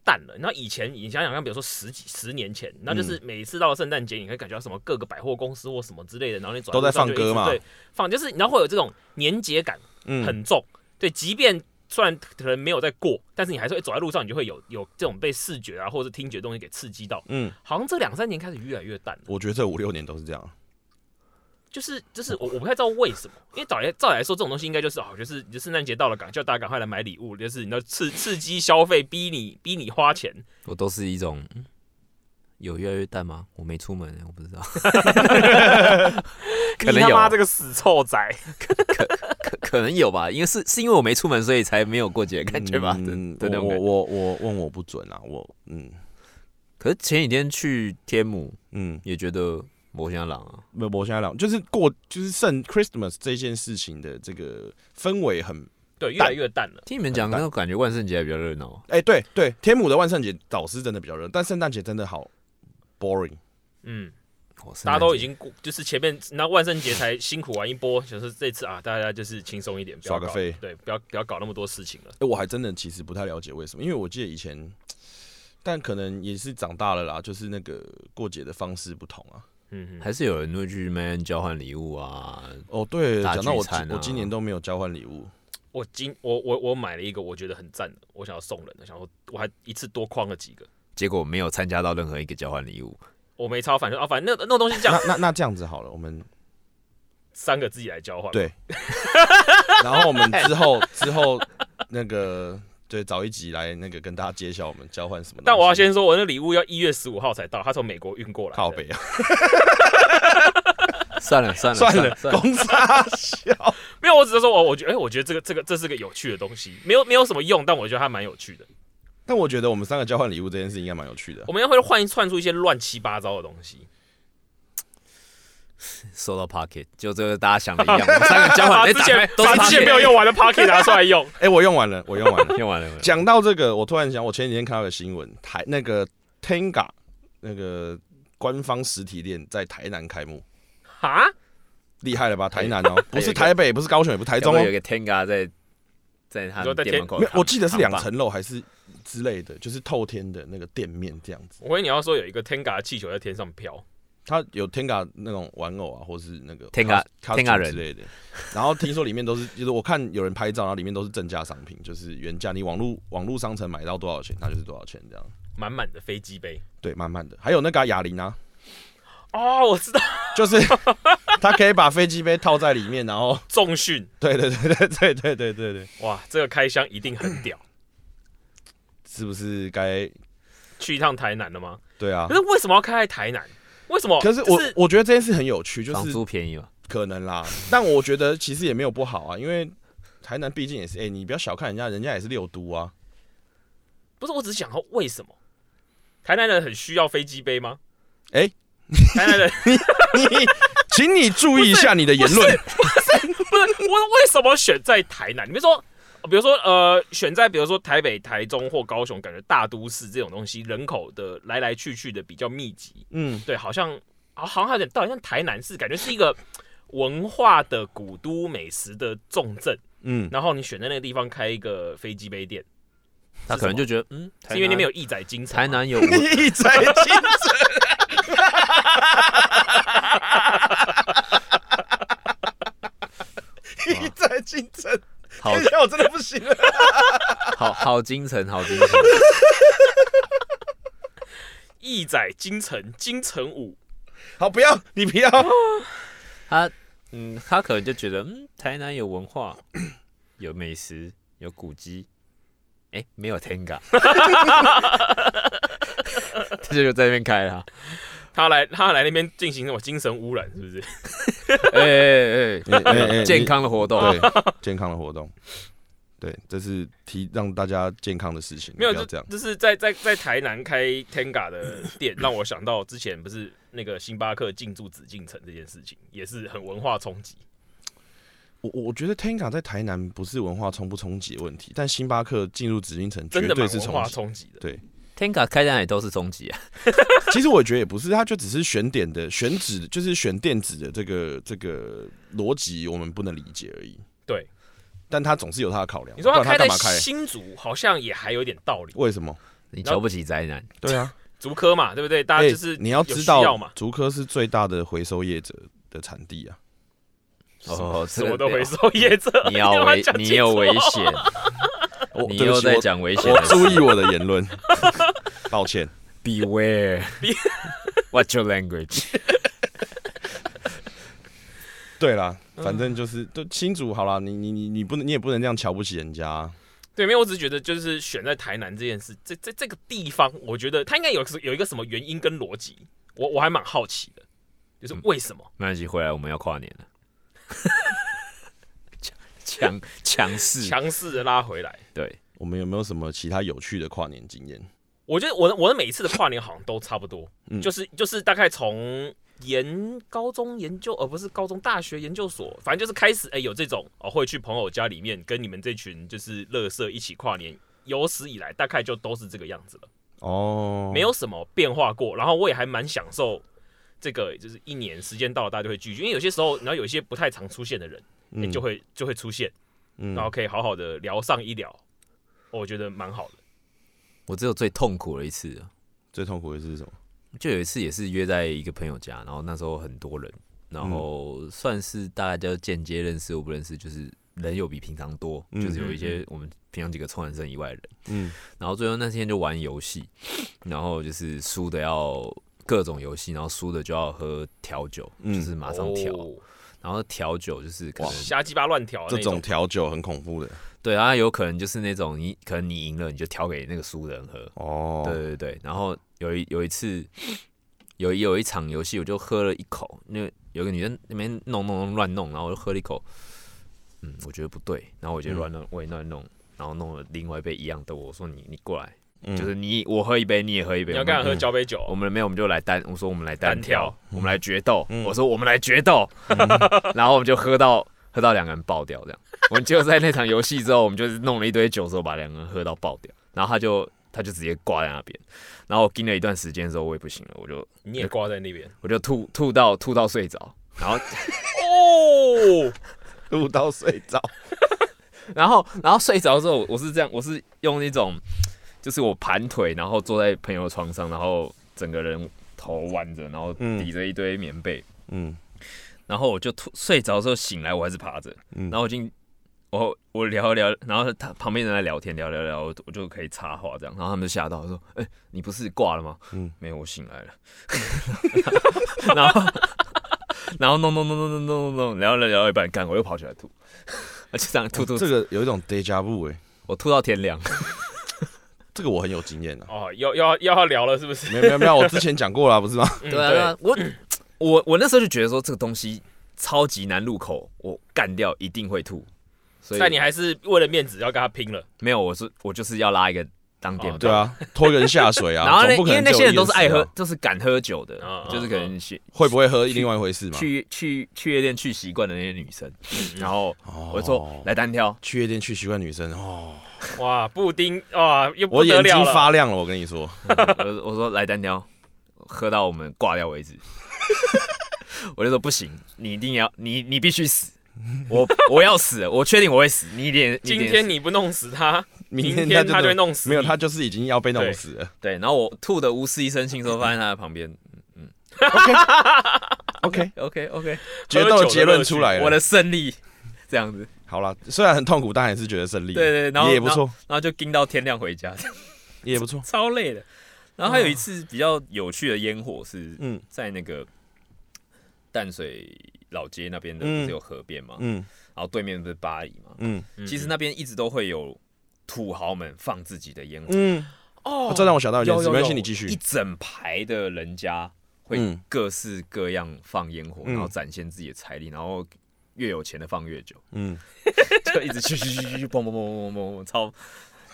S3: 淡了？那以前你想想看，比如说十几十年前，那就是
S2: 嗯
S3: 每一次到了圣诞节，你会感觉到什么各个百货公司或什么之类的，然后你走在
S2: 都在
S3: 路上就
S2: 放歌
S3: 一直
S2: 嘛
S3: 对，放就是你知道会有这种年节感
S2: 嗯，
S3: 很重，对，即便。虽然可能没有在过，但是你还是会走在路上，你就会有有这种被视觉啊或者是听觉的东西给刺激到。
S2: 嗯，
S3: 好像这两三年开始越来越淡了。
S2: 我觉得这五六年都是这样。
S3: 就是就是我我不太知道为什么，因为照理照理来说这种东西应该就是哦，就是就圣诞节到了，赶叫大家赶快来买礼物，就是你要刺刺激消费，逼你逼你花钱。
S1: 我都是一种嗯有越来越淡吗？我没出门，我不知道， <laughs> 可能
S3: 你他
S1: 有
S3: 妈这个死臭仔，
S1: 可可能有吧，因为是是因为我没出门，所以才没有过 <laughs> 节的感觉吧，
S2: 嗯
S1: 对对那种
S2: 我
S1: 感觉。
S2: 我我问我不准啊，我嗯
S1: 可是前几天去天母
S2: 嗯，
S1: 也觉得魔像狼啊，
S2: 没有我现在聊，就是过就是圣 Christmas 这件事情的这个氛围很，
S3: 对，越来越淡了。
S1: 听你们讲，
S2: 很淡
S1: 那种感觉万圣节还比较热闹。啊
S2: 哎、对对，天母的万圣节倒是真的比较热，但圣诞节真的好 boring。
S3: 嗯，
S1: 哦圣诞节
S3: 大家都已经过，就是前面那万圣节才辛苦玩一波，就是这次啊，大家就是轻松一点，不要
S2: 耍个
S3: 搞
S2: 废
S3: 对，不要不要搞那么多事情了。
S2: 哎、我还真的其实不太了解为什么，因为我记得以前，但可能也是长大了啦，就是那个过节的方式不同啊。
S3: 嗯嗯，
S1: 还是有人会去那边交换礼物啊，
S2: 哦，对，
S1: 大
S2: 讲到我
S1: 聚餐
S2: 今我今
S1: 啊
S2: 年都没有交换礼物，
S3: 我今我我我买了一个我觉得很赞的，我想要送人的，想说我还一次多框了几个。
S1: <laughs> 结果没有参加到任何一个交换礼物，
S3: 我没抄，反正啊，反正那那东西这样
S2: 那，
S3: <laughs>
S2: 那那这样子好了，我们
S3: 三个自己来交换。
S2: 对，然后我们之后之后那个对找一集来那个跟大家揭晓我们交换什么东西。
S3: 但我要先说，我那礼物要一月十五号才到，他从美国运过来的。
S2: 靠北啊，
S1: 算了算了
S2: 算了，
S1: 算了，
S2: 公啊差小。
S3: 没有，我只是说我我觉得，哎、我觉得这个这个这是个有趣的东西，没有没有什么用，但我觉得它蛮有趣的。
S2: <laughs> 但我觉得我们三个交换礼物这件事应该蛮有趣的
S3: 我。们要会换一串出一些乱七八糟的东西，
S1: 收到 pocket，就这个大家想的一 <laughs> 样，我们三 <laughs> 个交换，
S3: 把
S1: 哎
S3: 啊之前
S1: 打开都是
S3: 把之前
S1: pocket <laughs>
S3: 没有用完的 Pocket 拿出来用。
S2: 哎、我用完了，我用完了。
S1: 用完了没有？
S2: 讲到这个，我突然想，我前几天看到个新闻，台那个 Tenga 那个官方实体店在台南开幕，
S3: 哈，
S2: 厉害了吧？台南哦，不
S1: 还有一
S2: 是
S1: 个
S2: 台北，不是高雄，也不是台中
S1: 该
S2: 哦
S1: 不会，有一个 Tenga 在在他
S3: 你说
S1: 们
S3: 在
S1: 店门口
S2: 没
S1: 扛，
S2: 有，我记得是两
S1: 扛棒，
S2: 层楼还是之类的，就是透天的那个店面这样子。
S3: 我跟你要说有一个 Tenga 的气球在天上飘，
S2: 它有 Tenga 那种玩偶啊，或是那个
S1: Tenga-
S2: cos-
S1: Tenga
S2: costume
S1: 人
S2: 之类的。然后听说里面都是，就是我看有人拍照，然后里面都是正价商品，就是原价，你网络网络商城买到多少钱，它就是多少钱这样。
S3: 满满的飞机杯。
S2: 对，慢慢的，还有那个啊哑铃啊，
S3: 哦，我知道，
S2: 就是它可以把飞机杯套在里面，然后
S3: 重训，
S2: 对对对对对对对对对，
S3: 哇，这个开箱一定很
S1: <coughs>
S3: 屌。
S2: 是不是该
S3: 去一趟台南了吗？
S2: 对啊
S3: 可？是为什么要开在台南？为什么？
S2: 可是
S3: 就
S2: 我我觉得这件事很有趣，就
S1: 房
S2: 是
S1: 租便宜嘛，
S2: 可能啦，但我觉得其实也没有不好啊，因为台南毕竟也是，哎、你不要小看人家，人家也是六都啊。 <laughs>
S3: 不是，我只是想说为什么台南人很需要飞机杯吗？
S2: 哎
S3: 台南人 <laughs>
S2: 你，请你注意一下你的言论。
S3: 不是我为什么选在台南？你们说，呃比如说呃，选在比如说台北、台中或高雄，感觉大都市这种东西人口的来来去去的比较密集，
S2: 嗯，
S3: 对，好像好好像还有点道理，像台南是感觉是一个文化的古都、美食的重镇，
S2: 嗯，
S3: 然后你选在那个地方开一个飞机杯店，
S1: 他可能就觉得嗯，
S3: 是因
S1: 台
S3: 为那
S1: 南
S3: 边有义载金城吗
S1: 台南 <laughs> 有
S2: 一在精神。一在精神，
S1: 好
S2: 等一哎下我真的不行了。
S1: 好好精神，好精神，
S3: 义载金城金城武，
S2: 好，不要你不要。
S1: 他嗯，他可能就觉得嗯，台南有文化， <clears throat> 有美食，有古迹，哎、没有 Tenga，他就在那边开了，
S3: 他来他来那边进行什么精神污染，是不是？
S1: 哎哎
S2: 哎哎哎 <laughs>
S1: 哎，
S2: 你
S1: <laughs> 健康的活动，
S2: 对健康的活动，对，这是提让大家健康的事情，
S3: 没有，
S2: 不
S3: 就
S2: 要这样。
S3: 就是在在在台南开 Tenga 的
S2: <laughs>
S3: 店，让我想到之前不是那个星巴克进驻紫禁城这件事情，也是很文化冲击。
S2: 我我我觉得 Tenga 在台南不是文化冲不冲击的问题，但星巴克进入紫禁城绝
S3: 真的
S2: 对
S3: 蛮
S2: 是
S3: 文
S2: 冲
S3: 化
S2: 击。哦
S3: 冲击的。
S1: Tenga 开在哪里都是终极啊，
S2: 其实我觉得也不是，它就只是选点的选址， <laughs> 就是选店址的这个这个逻辑我们不能理解而已。
S3: 对，
S2: 但它总是有它的考量。
S3: 你说
S2: 不然它
S3: 他开在
S2: 干嘛开？
S3: 新竹，好像也还有点道理。
S2: 为什么？
S1: 你瞧不起宅男，
S2: 对啊，
S3: 竹科嘛，对不对？大家就是
S2: 哎你要
S3: 有
S2: 知
S3: 需要
S2: 道
S3: 嘛，，
S2: 竹科是最大的回收业者的产地啊。
S1: 哦，
S3: 什么
S1: 这
S3: 都
S1: 个
S2: <laughs>
S3: 回收业者，
S1: 你
S3: <laughs>
S1: 要
S3: 把它
S1: 危，
S3: 讲
S1: 你
S3: 清
S1: 有
S3: 楚哦
S1: 危险，
S2: 我
S1: 你
S2: 哦对不
S1: 又
S2: 起
S1: 在
S2: 我
S1: 讲危险
S2: 我
S1: 的
S2: 哦注意我的言
S1: <laughs>
S2: 论，抱歉。
S1: ，Beware。What's <laughs> your language？ <laughs>
S2: 对啦，
S1: 嗯
S2: 反正就是都新竹好啦，你你你你不能，你也不能这样瞧不起人家、啊。
S3: 对，没有，我只是觉得就是选在台南这件事，这这这个地方，我觉得它应该有有一个什么原因跟逻辑，我我还蛮好奇的，就是为什么？
S1: 没关系，回来我们要跨年了， <laughs> 强强强势，
S3: 强势的拉回来。
S1: 对，
S2: 我们有没有什么其他有趣的跨年经验？
S3: 我觉得我的我的每一次的跨年好像都差不多，
S2: 嗯
S3: 就是就是大概从研高中研究，而、呃不是高中大学研究所，反正就是开始哎、有这种哦会去朋友家里面跟你们这群就是乐色一起跨年，有史以来大概就都是这个样子了，
S2: 哦，
S3: 没有什么变化过。然后我也还蛮享受这个，就是一年时间到了大家就会聚聚，因为有些时候然后有一些不太常出现的人、哎
S2: 嗯，
S3: 就会就会出现，
S2: 嗯
S3: 然后可以好好的聊上一聊，哦我觉得蛮好的。
S1: 我只有最痛苦的一次，
S2: 最痛苦的是什么？
S1: 就有一次也是约在一个朋友家，然后那时候很多人，
S2: 嗯
S1: 然后算是大家就间接认识或不认识，就是人有比平常多，
S2: 嗯
S1: 就是有一些我们平常几个臭男生以外的人，
S2: 嗯
S1: 然后最后那天就玩游戏，然后就是输的要各种游戏，然后输的就要喝调酒，
S2: 嗯
S1: 就是马上调，
S3: 哦
S1: 然后调酒就是可能
S3: 瞎鸡巴乱调的
S2: 这
S3: 那
S2: 种调酒很恐怖的
S1: 对啊，有可能就是那种你可能你赢了，你就调给那个输的人喝。
S2: 哦。
S1: 对对对，然后有一有一次，有一有一场游戏，我就喝了一口，那有个女生那边弄弄弄乱弄，然后我就喝了一口，嗯，我觉得不对，然后我就乱
S2: 嗯
S1: 弄，我也乱弄，然后弄了另外一杯一样的，我说你你过来，
S2: 嗯
S1: 就是你我喝一杯，你也喝一杯，
S3: 你要
S1: 我
S3: 跟
S1: 们
S3: 他喝交杯酒，
S1: 我们没有，我们就来单，我说我们来单
S3: 单挑
S1: 挑，我们来决斗，
S2: 嗯
S1: 我说我们来决斗， <laughs> 然后我们就喝到喝到两个人爆掉这样，我们就在那场游戏之后，我们就是弄了一堆酒之后把两个人喝到爆掉，然后他就他就直接挂在那边，然后我盯了一段时间之后我也不行了，我就
S3: 你也挂在那边
S1: 我就吐吐到吐到睡着，然后
S3: 哦，
S2: 录到睡着，
S1: 然后然后睡着之后我是这样，我是用那种就是我盘腿然后坐在朋友的床上，然后整个人头弯着，然后
S2: 嗯
S1: 抵着一堆棉被。
S2: 嗯
S1: 然后我就吐睡着之后醒来，我还是趴着，
S2: 嗯
S1: 然后我已经我我聊一聊，然后他旁边人在聊天，聊聊聊，我我就可以插话这样，然后他们就吓到，我说：“哎、你不是挂了吗？”
S2: 嗯
S1: 没有，我醒来了。 <laughs> 然后然后弄弄弄弄弄弄弄弄，聊聊聊到一半，干我又跑起来吐，就这样吐吐，
S2: 这个有一种 deja vu 哎，
S1: 我吐到天亮。
S2: 这个我很有经验的。
S3: 哦，要要要要聊了是不是？
S2: 没有没有没有，我之前讲过了，不是
S1: <laughs>
S2: 吗？
S3: 嗯
S1: 对啊，我我我那时候就觉得说这个东西超级难入口，我干掉一定会吐。所以
S3: 但你还是为了面子要跟他拼了，
S1: 没有，我是我就是要拉一个当店
S3: 哦
S2: 对啊，拖一个人下水啊。
S1: 然后那
S2: 总不
S1: 因
S2: 可
S1: 为
S2: 能
S1: 那
S2: 只有
S1: 些人都是爱
S2: 淹死啊啊
S1: 喝，，就是敢喝酒的
S3: 嗯，嗯
S1: 就是可能去
S2: 会不会喝另外一回事嘛？
S1: 去去去夜店去习惯的那些女生，然后
S2: 哦
S1: 我就说来单挑，
S2: 去夜店去习惯女生哦，
S3: 哇，布丁哇又不
S2: 我
S3: 得
S2: 眼
S3: 了
S2: 睛
S3: 了，
S2: 发亮了，我跟你说，
S1: 我我说来单挑，喝到我们挂掉为止。 <laughs> 我就说不行，你一定要你你必须死，我我要死，我确定我会死，你一点
S3: 今
S1: 你一定
S3: 天
S1: 死
S3: 你不弄死他，
S2: 明
S3: 明
S2: 天
S3: 天他就会弄死你
S2: 没有，他就是已经要被弄死了。
S1: 对，然后我吐的无私一身轻的时候，发现他在旁边嗯 <laughs>
S2: OK，哎
S1: ，OK OK，
S2: 决斗的结论出来
S1: 我
S2: 了。
S1: 的胜利这样子，
S2: 好了，虽然很痛苦，但还是觉得胜利了。
S1: 对对对然后
S2: 也不错，
S1: 然后就盯到天亮回家，
S2: 也不错。
S1: 超累的。然后还有一次比较有趣的烟火是，
S2: 嗯
S1: 在那个淡水老街那边的
S2: 嗯
S1: 不是有河边嘛，
S2: 嗯
S1: 然后对面不是巴黎嘛，
S2: 嗯
S1: 其实那边一直都会有土豪们放自己的烟火，
S2: 嗯，
S3: 哦
S2: 哦，这让我想到一件
S1: 有
S2: 事，没
S1: 有
S2: 关
S1: 有，
S2: 系，你继续
S1: 一。整排的人家会
S2: 嗯
S1: 各式各样放烟火，
S2: 嗯
S1: 然后展现自己的财力，然后越有钱的放越
S2: <laughs>
S1: 久，
S2: 嗯，
S1: 就一直去去去去，嘣嘣嘣嘣嘣嘣，超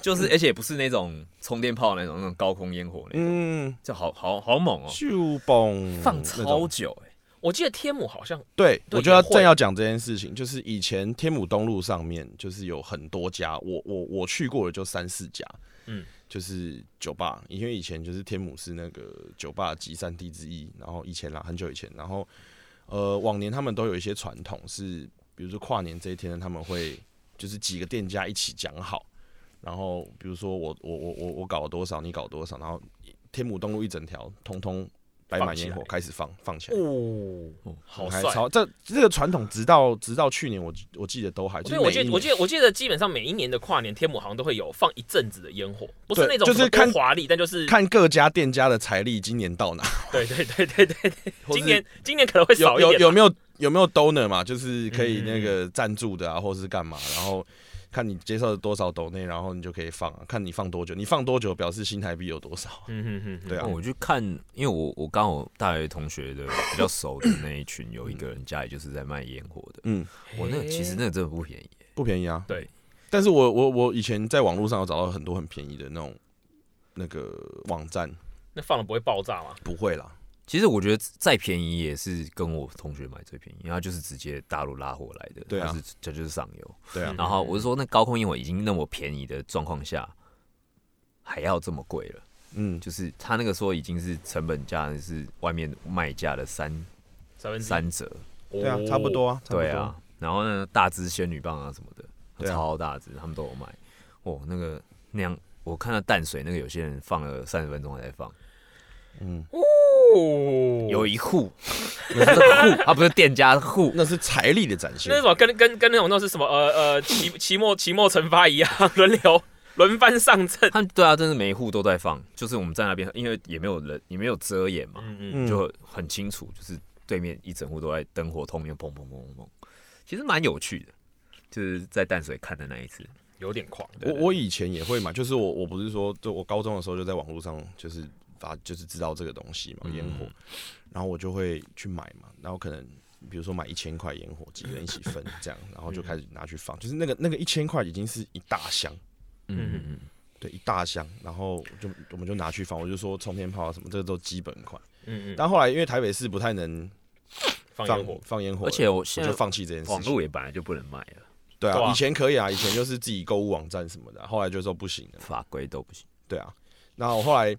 S1: 就是而且也不是那种充电炮那种那种高空烟火那种。
S2: 嗯，
S1: 就好好好猛哦，
S2: 就蹦
S1: 放
S2: 那
S1: 超
S2: 种
S1: 久哎、
S3: 我记得天母好像
S2: 对，
S3: 对
S2: 我就要
S3: 也会
S2: 正要讲这件事情，就是以前天母东路上面就是有很多家，我我我去过的就三四家，
S3: 嗯
S2: 嗯，就是酒吧，因为以前就是天母是那个酒吧集散地之一，然后以前啦，很久以前，然后呃往年他们都有一些传统是，比如说跨年这一天，他们会就是几个店家一起讲好，然后比如说我我我我我搞了多少，你搞多少，然后天母东路一整条通通摆
S3: 放
S2: 满
S3: 起
S2: 烟火
S3: 来
S2: 开始放放起来。
S3: 哦，好
S2: 还
S3: 帅。
S2: 超这这个传统，直到直到去年我，我记得都还。
S3: 所以我记得，我记
S2: 得
S3: 得，我记得，基本上每一年的跨年，天母好像都会有放一阵子的烟火，不是
S2: 对
S3: 那种
S2: 就
S3: 什
S2: 是
S3: 么多
S2: 看
S3: 华丽，但就是
S2: 看各家店家的财力今年到哪，
S3: 对对对对对，
S2: <laughs> 或是
S3: 今年今年可能会 <laughs> 少
S2: 有
S3: 一
S2: 有
S3: 点。啊
S2: 有没有有没有 donor 嘛，就是可以
S3: 嗯嗯
S2: 那个赞助的啊，或是干嘛，然后看你接受多少 donor，然后你就可以放啊，看你放多久，你放多久表示新台币有多少。
S3: 嗯哼哼哼
S2: 对啊
S1: 哦我去看，因为我我刚好大学同学的比较熟的那一群，有一个人家里就是在卖烟火的。
S2: 嗯，
S1: 我那个其实那个真的不便宜，
S2: 不便宜啊。
S3: 对，
S2: 但是我我我以前在网络上有找到很多很便宜的那种那个网站，
S3: 那放了不会爆炸吗？
S2: 不会啦。
S1: 其实我觉得再便宜也是跟我同学买最便宜，因为他就是直接大陆拉货来的，
S2: 对啊
S1: 他是这就是上游。
S2: 对啊
S3: 嗯，
S1: 然后我是说，那高空烟火已经那么便宜的状况下，还要这么贵了，
S2: 嗯，
S1: 就是他那个说已经是成本价是外面卖价的三
S3: 三分之一
S1: 三
S3: 哦
S1: 折，
S2: 对啊，差不。多啊，差不多
S1: 对，啊，然后呢，大只仙女棒啊什么的，
S2: 对啊
S1: 超大只，他们都有卖。哦，那个那样，我看到淡水那个有些人放了三十分钟才放，
S2: 嗯，
S3: 哦，
S1: 有一
S2: <laughs>
S1: 户，有他是 <laughs> 户，他不是店家是户，
S2: 那是财力的展现
S3: 那。种跟跟跟那种那是什么呃呃期期末期末惩罚一样 <laughs> 轮流轮番上阵。
S1: 他们对啊，真的每一户都在放，就是我们在那边，因为也没有人，也没有遮掩嘛，
S3: 嗯嗯，
S2: 嗯，
S1: 就很清楚，就是对面一整户都在灯火通明，砰砰砰砰砰，其实蛮有趣的，就是在淡水看的那一次，
S3: 有点狂。
S2: 我我以前也会买，就是我我不是说，就我高中的时候就在网络上就是发，就是知道这个东西嘛，烟火，
S3: 嗯
S2: 然后我就会去买嘛，然后可能比如说买一千块烟火，几个人一起分这样，然
S3: 嗯
S2: 后就开始拿去放，就是那个那个一千块已经是一大箱，
S1: 嗯嗯嗯，
S2: 对，一大箱，然后就我们就拿去放，我就说冲天炮啊什么，这个都基本款，
S3: 嗯嗯，
S2: 但后来因为台北市不太能
S3: 放烟
S2: 放
S3: 火，
S2: 放烟火了，
S1: 而且我
S2: 我
S1: 现
S2: 就
S1: 在
S2: 放弃这件事
S1: 网
S2: 情。
S1: 络也本来就不能卖了，
S2: 对
S3: 对
S2: 啊，
S3: 啊
S2: 以前可以啊，以前就是自己购物网站什么的，啊后来就说不行了。
S1: 法规都不行，
S2: 对啊，那我后来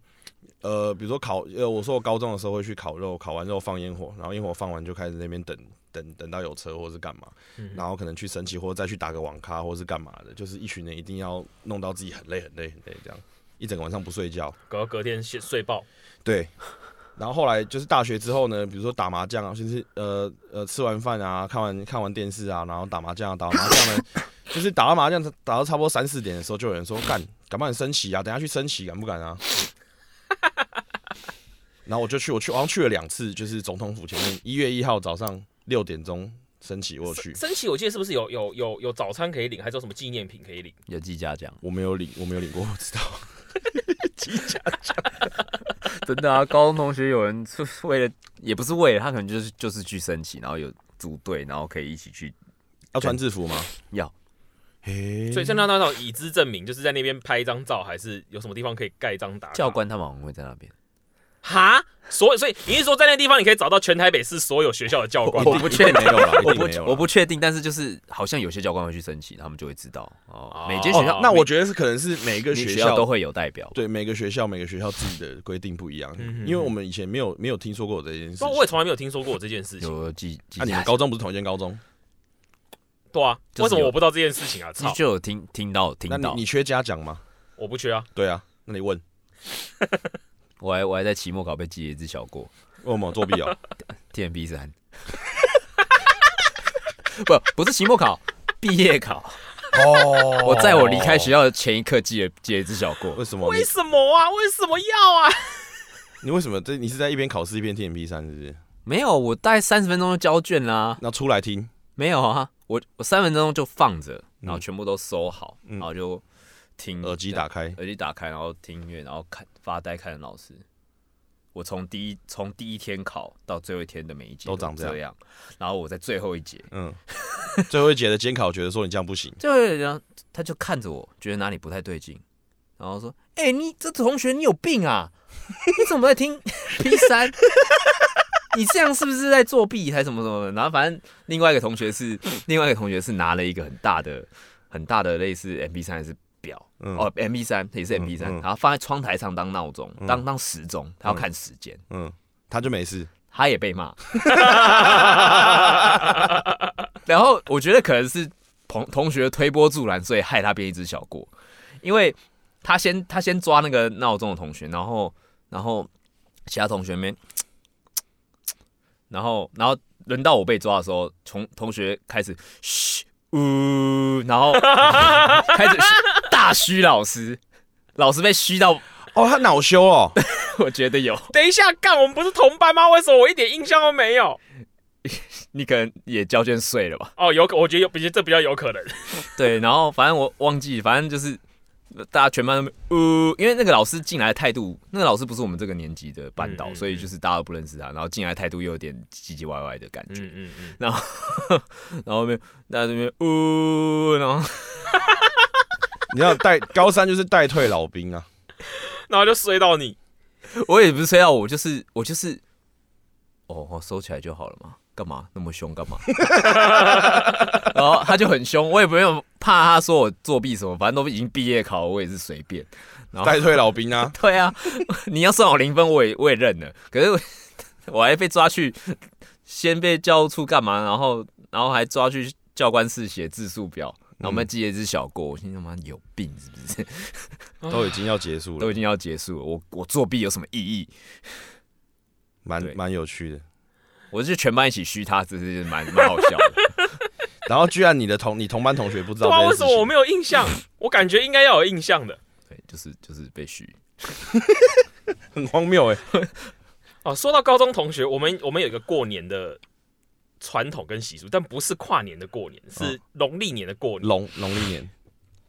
S2: 呃，比如说烤呃，我说我高中的时候会去烤肉，烤完肉放烟火，然后烟火放完就开始那边等等等到有车或是干嘛，然后可能去神奇或者再去打个网咖或是干嘛的，就是一群人一定要弄到自己很累很累很累这样，一整个晚上不睡觉。
S3: 隔隔天睡睡爆。
S2: 对。然后后来就是大学之后呢，比如说打麻将啊，就是呃呃吃完饭啊，看完看完电视啊，然后打麻将、啊，打完麻将呢，就是打到麻将打到差不多三四点的时候，就有人说干敢不敢升旗啊？等下去升旗敢不敢啊？ <laughs> 然后我就去，我去，我好像去了两次，就是总统府前面，一月一号早上六点钟升旗，我有去，
S3: 升旗我记得是不是有有有有早餐可以领，还是有什么纪念品可以领？
S1: 有记嘉奖，
S2: 我没有领，我没有领过，我不知道。
S1: <laughs> 真的啊，高中同学有人是为了，也不是为了，他可能就是就是去升旗，然后有组队，然后可以一起去
S2: 要穿制服吗？ <laughs>
S1: 要，
S2: 嘿，
S3: 所以像那那种以资证明，就是在那边拍一张照，还是有什么地方可以盖章
S2: 啊
S3: 打卡
S1: 教官他们好像会在那边，
S3: 哈，所以所以你是说在那个地方你可以找到全台北市所有学校的
S2: <laughs>
S3: 教官？
S1: 我不确定
S2: 没有了，
S1: 我
S2: 一定没有
S1: 不
S2: 啦
S1: 我不确定，但是就是好像有些教官会去申请，他们就会知道
S3: 哦
S1: 哦。每间
S3: 哦
S1: 学校，
S2: 那我觉得是可能是每一个
S1: 每
S2: 学
S1: 学
S2: 校
S1: 校都会有代表。
S2: 对每个学校每个学校自己的规定不一样，
S3: 嗯嗯嗯
S2: 因为我们以前没有没有听说过有这件事
S3: 不
S2: 情。
S3: 然我也从来没有听说过这件事情。
S1: 有记记
S2: 啊，你们高中不是同一间高中？
S3: 对啊，
S1: 就是有
S3: 为什么我不知道这件事情啊？
S1: 就
S3: 操，
S1: 就有听听到听
S2: 那你
S1: 到，
S2: 你缺嘉奖吗？
S3: 我不缺啊，
S2: 对啊，那你问
S1: 我还我还在期末考被记了一只小过
S2: 为什么作弊哦？
S1: TMP 三， <laughs> 不不是期末考，毕业考。
S2: 哦
S1: 我在我离开学校的前一刻记了记了一只小过
S2: 为，
S3: <laughs>
S2: 什么？
S3: 为
S2: 你
S3: 什么啊？为什么要啊？ <laughs>
S2: 你为什么这？你是在一边考试一边听 MP 三是不是？
S1: 没有，我大概三十分钟就交卷啦，
S2: 那出来听，
S1: 没有啊，我我三分钟就放着，然后全部都收好，
S2: 嗯
S1: 然后就听
S2: 耳机打开，
S1: 耳机打开，然后听音乐，然后看发呆看着老师。我从第一从第一天考到最后一天的每一节
S2: 都长这
S1: 这样，然后我在最后一节，
S2: 嗯，最后一节的监考觉得说你这样不行，
S1: 最后一节然后他就看着我，觉得哪里不太对劲，然后说：“哎、你这同学你有病
S2: <laughs>
S1: 啊？你怎么在听 P 三？你这样是不是在作弊还是什么什么的？”然后反正另外一个同学是另外一个同学是拿了一个很大的很大的类似 MP 三还是表，
S2: 嗯
S1: 哦，MP 三也是 MP 三、
S2: 嗯嗯
S1: 然后放在窗台上当闹钟，当当时钟，他要看时间，
S2: 嗯，他就没事，
S1: 他也被骂。 <laughs> 然后我觉得可能是同同学推波助澜，所以害他变一只小过，因为他先他先抓那个闹钟的同学，然后然后其他同学们，然后然后轮到我被抓的时候，从同学开始嘘呜，然后 <laughs> 开始大嘘老师，老师被嘘到，
S2: 哦，他恼羞哦，
S1: 我觉得有。
S3: 等一下，干，我们不是同班吗？为什么我一点印象都没有？
S1: 你可能也交卷睡了吧？
S3: 哦，有可，我觉得有，比这比较有可能。
S1: 对，然后反正我忘记，反正就是大家全班都呃，因为那个老师进来的态度，那个老师不是我们这个年级的班导，
S3: 嗯嗯
S1: 所以就是大家都不认识他，然后进来态度又有点唧唧歪歪的感觉，
S3: 嗯嗯，
S1: 然后那边大家这边呜、呃，然后 <laughs>
S2: 你要带高三就是带退老兵啊，
S3: 然后就衰到你。
S1: 我也不是吹到我，就是我就是，哦，我收起来就好了嘛，干嘛那么凶干嘛？ <laughs> 然后他就很凶，我也没有怕他说我作弊什么，反正都已经毕业考了，我也是随便。然后
S2: 带退老兵
S1: <laughs>
S2: 啊，
S1: 对啊，你要算我零分，我也我也认了。可是 <laughs> 我我还被抓去，先被教务处干嘛？然后然后还抓去教官室写字数表。然后我们记了一只小过，我心想妈有病是不
S3: 嗯
S1: 是？
S2: 嗯都已经要结束
S1: 都
S2: 了
S1: 已，经要结束了，我我作弊有什么意义？
S2: 蛮
S1: 对
S2: 蛮有趣的。
S3: <laughs>
S1: 我是全班一起嘘他，只是蛮蛮好笑的。
S2: 然后居然你的同你同班同学不知道
S3: 对啊，
S2: 这
S3: 为
S2: 件
S3: 什
S2: 事
S3: 么我
S2: 情，
S3: 没有印象？我感觉应该要有印象的
S1: 对，就是就是被虚。
S2: 很荒谬哎、
S3: 哦。说到高中同学，我们我们有一个过年的传统跟习俗，但不是跨年的过年，是农历年的过年。
S2: 龙农历年，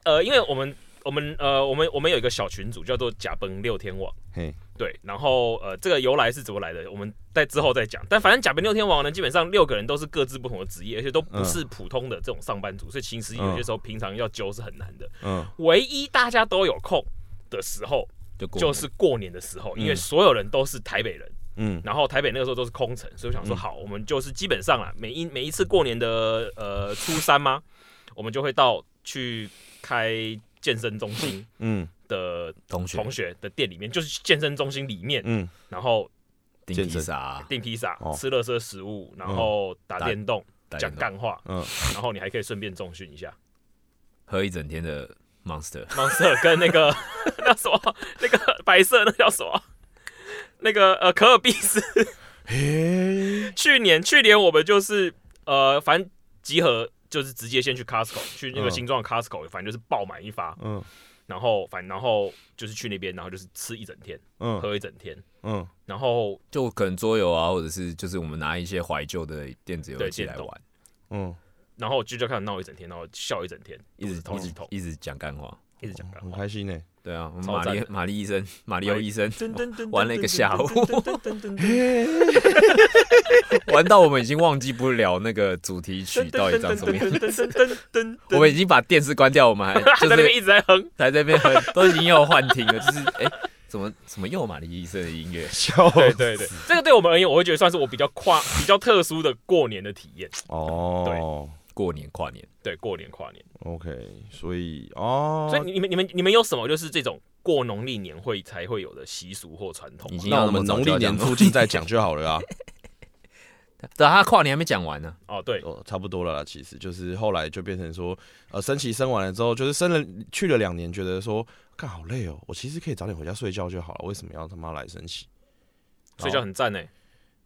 S3: 呃，因为我们我们呃我们我们有一个小群组叫做“假崩六天王”，
S2: 嘿，
S3: 对，然后呃这个由来是怎么来的，我们在之后再讲。但反正“假崩六天王”呢，基本上六个人都是各自不同的职业，而且都不是普通的这种上班族，所以其实有些时候平常要揪是很难的。
S2: 嗯，
S3: 唯一大家都有空的时候，
S1: 就过
S3: 就是过年的时候，因为
S2: 嗯
S3: 所有人都是台北人，
S2: 嗯，
S3: 然后台北那个时候都是空城，所以我想说
S2: 嗯
S3: 好，我们就是基本上啦，每一每一次过年的呃初三吗， <laughs> 我们就会到去开健身中心
S2: 嗯
S3: 的
S1: 同学
S3: 同学的店里面，就是健身中心里面，
S2: 嗯，
S3: 然后
S1: 订
S2: 健
S1: 披
S2: 身
S1: 萨啊，
S3: 订披萨、
S2: 哦
S3: 吃乐色食物，然后打
S1: 打
S3: 电动、
S1: 带
S3: 讲
S1: 那种
S3: 干话，
S2: 嗯
S3: 然后你还可以顺便重训一下
S1: 喝一整天的 Monster，
S3: Monster 跟那个 <laughs> 那什么那个白色那叫什么？那个呃，可尔必斯
S2: 嘿，
S3: 去年去年我们就是呃，反正集合就是直接先去 Costco，去那个
S2: 嗯
S3: 新庄的 Costco，、反正就是爆满一发，
S2: 嗯
S3: 然后反然后就是去那边，然后就是吃一整天，
S2: 嗯
S3: 喝一整天，
S2: 嗯，
S3: 然后
S1: 就可能桌游啊，或者是就是我们拿一些怀旧的电子游
S3: 对
S1: 戏
S3: 电
S1: 来
S3: 动
S1: 玩，
S2: 嗯，
S3: 然后就就看闹一整天，然后笑一整天，
S1: 一直
S3: 肚
S1: 一
S3: 子
S1: 直
S3: 痛
S1: 一直哦讲干话。
S3: 一直讲干
S2: 很
S3: 话。
S2: 开心哎、
S1: 对啊，
S3: 超
S1: 玛丽
S3: 赞的
S1: 玛丽医
S3: <laughs>
S1: 生，马里奥医生
S3: 噔噔噔
S1: 哦玩了一个下 <laughs> 午
S3: 午，
S1: 玩到我们已经忘记不了那个主题曲到底长什
S3: <laughs>
S1: 么样。
S3: 噔噔噔
S1: 我
S3: <laughs>
S1: 们已经把电视关掉，我们还
S3: 在
S1: 就
S3: 那边
S1: 是
S3: 一直在哼，
S1: 还 <laughs> 在那边哼，都已经要幻听了，就是哎、怎么怎么又玛丽医生的音乐？
S2: 笑
S3: 对对对，这个对我们而言，我会觉得算是我比较跨、比较特殊的过年的体验。
S2: 哦，
S1: 过年跨年，
S3: 对，过年跨年，
S2: o k 所以哦，
S3: 所以你你们你们你们有什么就是这种过农历年会才会有的习俗或传统
S1: 已
S3: 吗？
S1: 经
S2: 那
S1: 要
S2: 我们
S1: 么早
S2: 农
S1: 就
S2: 历
S1: 要
S2: 年
S1: 讲了
S2: 附近再讲就好了啊。 <laughs>
S1: 对啊，他跨年还没讲完呢、
S3: 哦，对，
S2: 哦，差不多了啦，其实就是后来就变成说，呃，升旗升完了之后，就是升了去了两年，觉得说，干好累哦，我其实可以早点回家睡觉就好了，为什么要他妈来升旗？
S3: 睡觉很赞呢。欸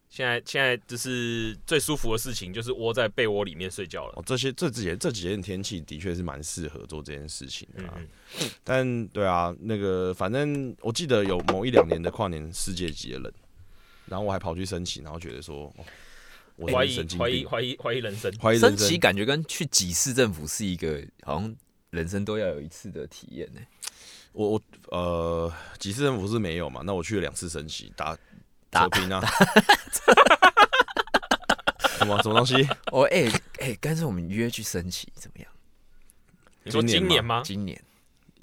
S3: 现在现在就是最舒服的事情，就是窝在被窝里面睡觉了。
S2: 哦，这些这几天这几天天气的确是蛮适合做这件事情的、
S3: 嗯
S2: 啊，
S3: 嗯，
S2: 但对啊，那个反正我记得有某一两年的跨年世界级的冷，然后我还跑去升旗，然后觉得说，哦、我
S3: 怀
S2: 是
S3: 疑
S2: 神经
S3: 怀疑
S2: 病，
S3: 怀疑怀哎疑人生，
S2: 怀疑
S1: 升
S2: 人
S1: 旗
S2: 生，
S1: 感觉跟去几次政府是一个好像人生都要有一次的体验呢、
S2: 我我呃几次政府是没有嘛，那我去了两次升旗打
S1: 打
S2: 扯平啊。 <laughs> 什么什么东西？
S1: 哦，哎、 <laughs> 哎，干、脆我们约去升旗怎么样？
S3: 你说
S2: 今
S3: 今
S2: 年
S3: 年吗？
S1: 今年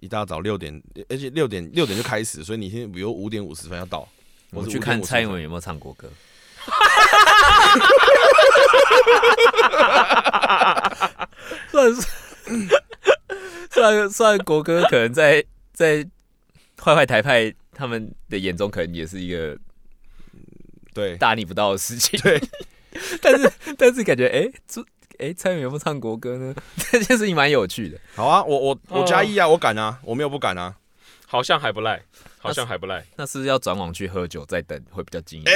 S2: 一大早六点，而且六点六点就开始，所以你现在比如五点五十分要到。
S1: 我们
S2: 是
S1: 去
S2: 5
S1: 看
S2: 点50
S1: 蔡英
S2: 分
S1: 文有没有唱国歌。虽然是虽然虽然国歌可能在在坏坏台派他们的眼中，可能也是一个
S2: 对，
S1: 大逆不道的事情。
S2: 对，
S1: <laughs> 但是但是感觉哎，这、哎、蔡英文有没有唱国歌呢？ <laughs> 这件事情蛮有趣的。
S2: 好啊，我我我加
S3: 哦
S2: 一啊，我敢啊，我没有不敢
S1: <laughs>
S2: 啊。
S3: 好像还不赖，好像还不赖。
S1: 那是不是要转网去喝酒再等会比较惊艳？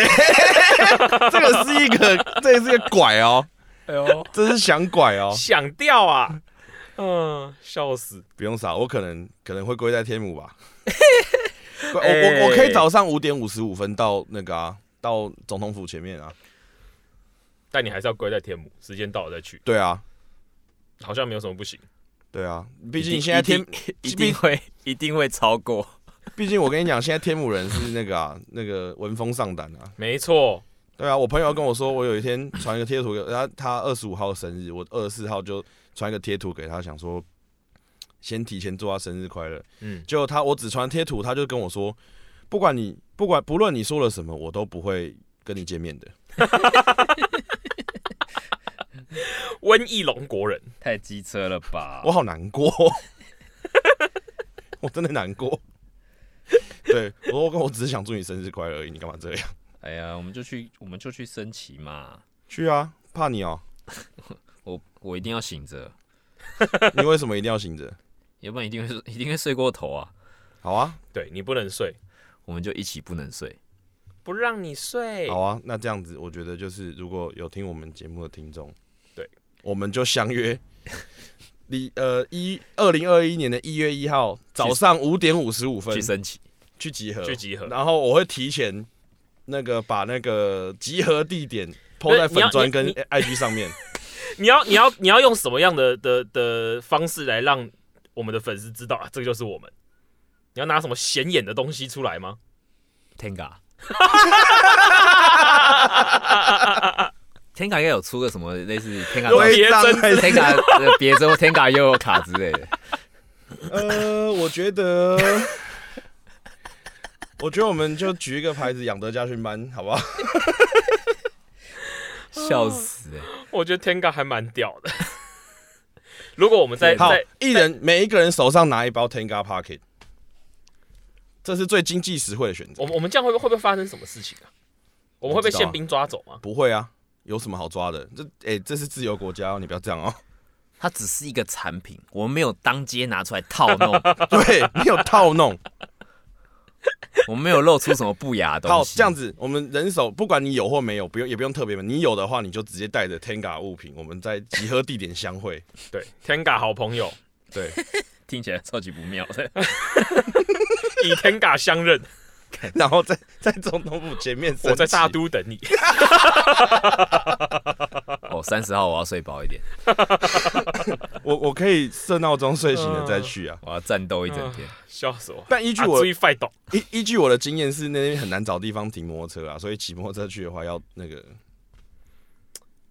S2: 这个是一个，这个是一个拐哦，
S1: 哎呦，
S2: 这是想拐
S1: <laughs>
S2: 哦。
S3: 想掉啊， <laughs> 嗯，笑死。
S2: 不用傻，我可能可能会归在天
S1: <laughs>
S2: 母吧。我
S3: 哎
S2: 我我可以早上五点五十五分到那个啊，到总统府前面啊。
S3: 但你还是要归在天母，时间到了再去，
S2: 对啊，
S3: 好像没有什么不行。
S2: 对啊，毕竟现在天，
S1: 一定会一定会超过。
S2: 毕竟我跟你讲，现在天母人是那个啊， <laughs> 那个闻风丧胆啊。
S3: 没错，对
S2: 对啊，我朋友跟我说，我有一天传一个贴图给他，他二十五号生日，我二十四号就传一个贴图给他，想说先提前祝他生日快乐。
S3: 嗯，
S2: 结果他我只传贴图，他就跟我说，不管你不管不论你说了什么，我都不会跟你见面的。
S3: 瘟疫龙国人，
S1: 太机车了吧！
S2: 我好难过， <laughs> 我真的难过。对，我说我跟我只是想祝你生日快乐而已，你干嘛这样？
S1: 哎呀，我们就去，我们就去升旗嘛。
S2: 去啊，怕你哦、
S1: 我我一定要醒着，
S2: 你为什么一定要醒着？ <laughs>
S1: 要不然一定会睡 <laughs> 一定会睡过头啊。
S2: 好啊，
S3: 对你不能睡，
S1: 我们就一起不能睡。
S3: 不让你睡
S2: 好啊，那这样子，我觉得就是如果有听我们节目的听众，
S3: 对，
S2: 我们就相约你呃一二零二一年的一月一号早上五点五十五分
S1: 去升旗，
S2: 去集合，
S3: 去集合。
S2: 然后我会提前那个把那个集合地点抛
S3: 对
S2: 在
S3: 你
S2: 粉
S3: 要
S2: 砖
S3: 你
S2: 跟
S3: 你
S2: IG 上
S3: <laughs>
S2: 面。
S3: 你要你要你要用什么样的的的方式来让我们的粉丝知道啊？这个就是我们。你要拿什么显眼的东西出来吗？
S1: Tenga。Tenga 应该有出个什么类似 Tenga
S2: <laughs>
S3: 有别
S2: 徽章
S3: 针
S2: 还是
S1: <laughs> Tenga 呃别针 Tenga 悠悠卡之类的，
S2: 呃，我觉得，我觉得我们就举一个牌子，养德家训班，好不好？哦
S1: 笑死欸！
S3: 我觉得 Tenga 还蛮屌的。 <laughs> 如果我们在
S2: 好
S3: 在，
S2: 一人每一个人手上拿一包 Tenga Pocket，这是最经济实惠的选择
S3: 我。们我们这样会不会会不会发生什么事情啊？我们会被
S2: 不知道啊
S3: 宪兵抓走吗？
S2: 不会啊，有什么好抓的？这哎、这是自由国家、哦，你不要这样哦。 <laughs>
S1: 它只是一个产品，我们没有当街拿出来套
S2: <laughs>
S1: 弄，
S2: 对，没有套弄。
S1: 我们没有露出什么不雅的
S2: 好，
S1: 东西。
S2: 这样子，我们人手不管你有或没有，不用也不用特别问。你有的话，你就直接带着 Tenga 物品，我们在集合地点相
S3: <laughs>
S2: 会。
S3: 对，Tenga 好朋友
S2: 对，
S1: 听起来超级不妙
S2: <laughs>
S1: 的。
S3: 以 Tenga 相认，
S2: 然后在在总统府前面升旗，
S3: 我在大都等你。
S1: 哦，三十号我要睡饱一点，
S2: 我我可以设闹钟睡醒了再去啊。
S1: 我要战斗一整天。
S3: 笑死我！
S2: 但依据
S3: 嗯啊
S2: 我
S3: 注意 fight 懂
S2: 依依据我的经验是，那边很难找地方停摩托车啊，所以骑摩托车去的话要那个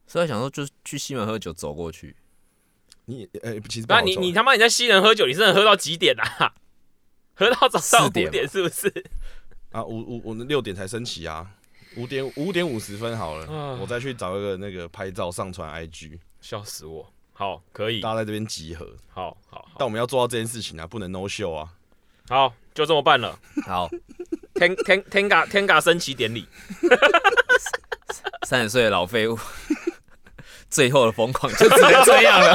S1: 所以我想说，就是去西门喝酒走过去，
S2: 你呃、其实不
S3: 那
S2: 好
S3: 你
S2: 走
S3: 你他妈你在西人喝酒，你是能喝到几点啊？ <laughs> 喝到早上五
S1: 四点
S3: 点是不是？
S2: 啊五五我们六点才升旗啊，五点五点五十分好了，
S3: 啊
S2: 我再去找一个那个拍照上传 IG，
S3: 笑死我！好，可以，
S2: 大
S3: 好
S2: 家在这边集合。
S3: 好好
S2: 但我们要做到这件事情啊，不能 no show 啊。
S3: 好，就这么办了。
S1: 好， <laughs>
S3: Ten Ten Tenga Tenga 升旗典 <laughs> 礼，
S1: 三十岁的老废物， <laughs> 最后的疯狂就只能这样了，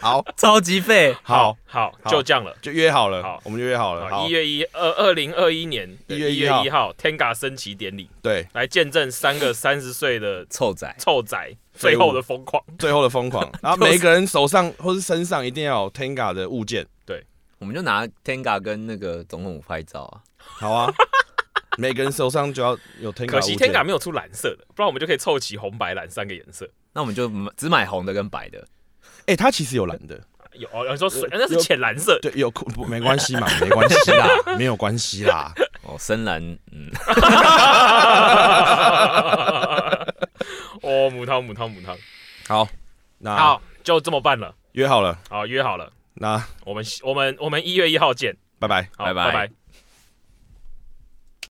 S2: 好，
S1: 超级废。
S2: <laughs> 好，
S3: 好，
S2: 好
S3: 就这样了。
S2: 就约好了，
S3: 好
S2: 我们就约好了。好
S3: 一，月一二二零二一年的
S2: 1月
S3: 1
S2: 1号
S3: 一号 Tenga 升旗典礼，
S2: 对，
S3: 来见证三
S2: <laughs>
S3: 个三十岁的
S1: 臭仔，
S3: 臭仔
S2: 废
S3: 最
S2: 物
S3: 后的疯狂。
S2: 最后的疯
S3: <laughs>
S2: 狂，然后每一个人手上或是身上一定要有 Tenga 的物件，
S1: 我们就拿 Tenga 跟那个总统拍照啊。
S2: 好
S3: <laughs>
S2: 啊，每个人手上就要有 Tenga
S3: 可惜
S2: 物件
S3: Tenga 没有出蓝色的，不然我们就可以凑齐红白蓝三个颜
S2: <laughs>
S3: 色。
S1: 那我们就买只买红的跟白的，
S2: 哎、他其实有蓝的，
S3: 有哦，你说水，
S2: 有
S3: 那是浅蓝色，
S2: 对，有不没关系嘛，没关系啦，没有关系啦。
S1: 哦，深蓝，嗯，
S3: <laughs> 哦，母汤母汤母汤，
S2: 好，那
S3: 好，就这么办了，
S2: 约好了，
S3: 好约好了，
S2: 那
S3: 我们我们我们一月一号见，
S2: 拜拜。
S3: 好
S1: 拜拜
S3: 拜拜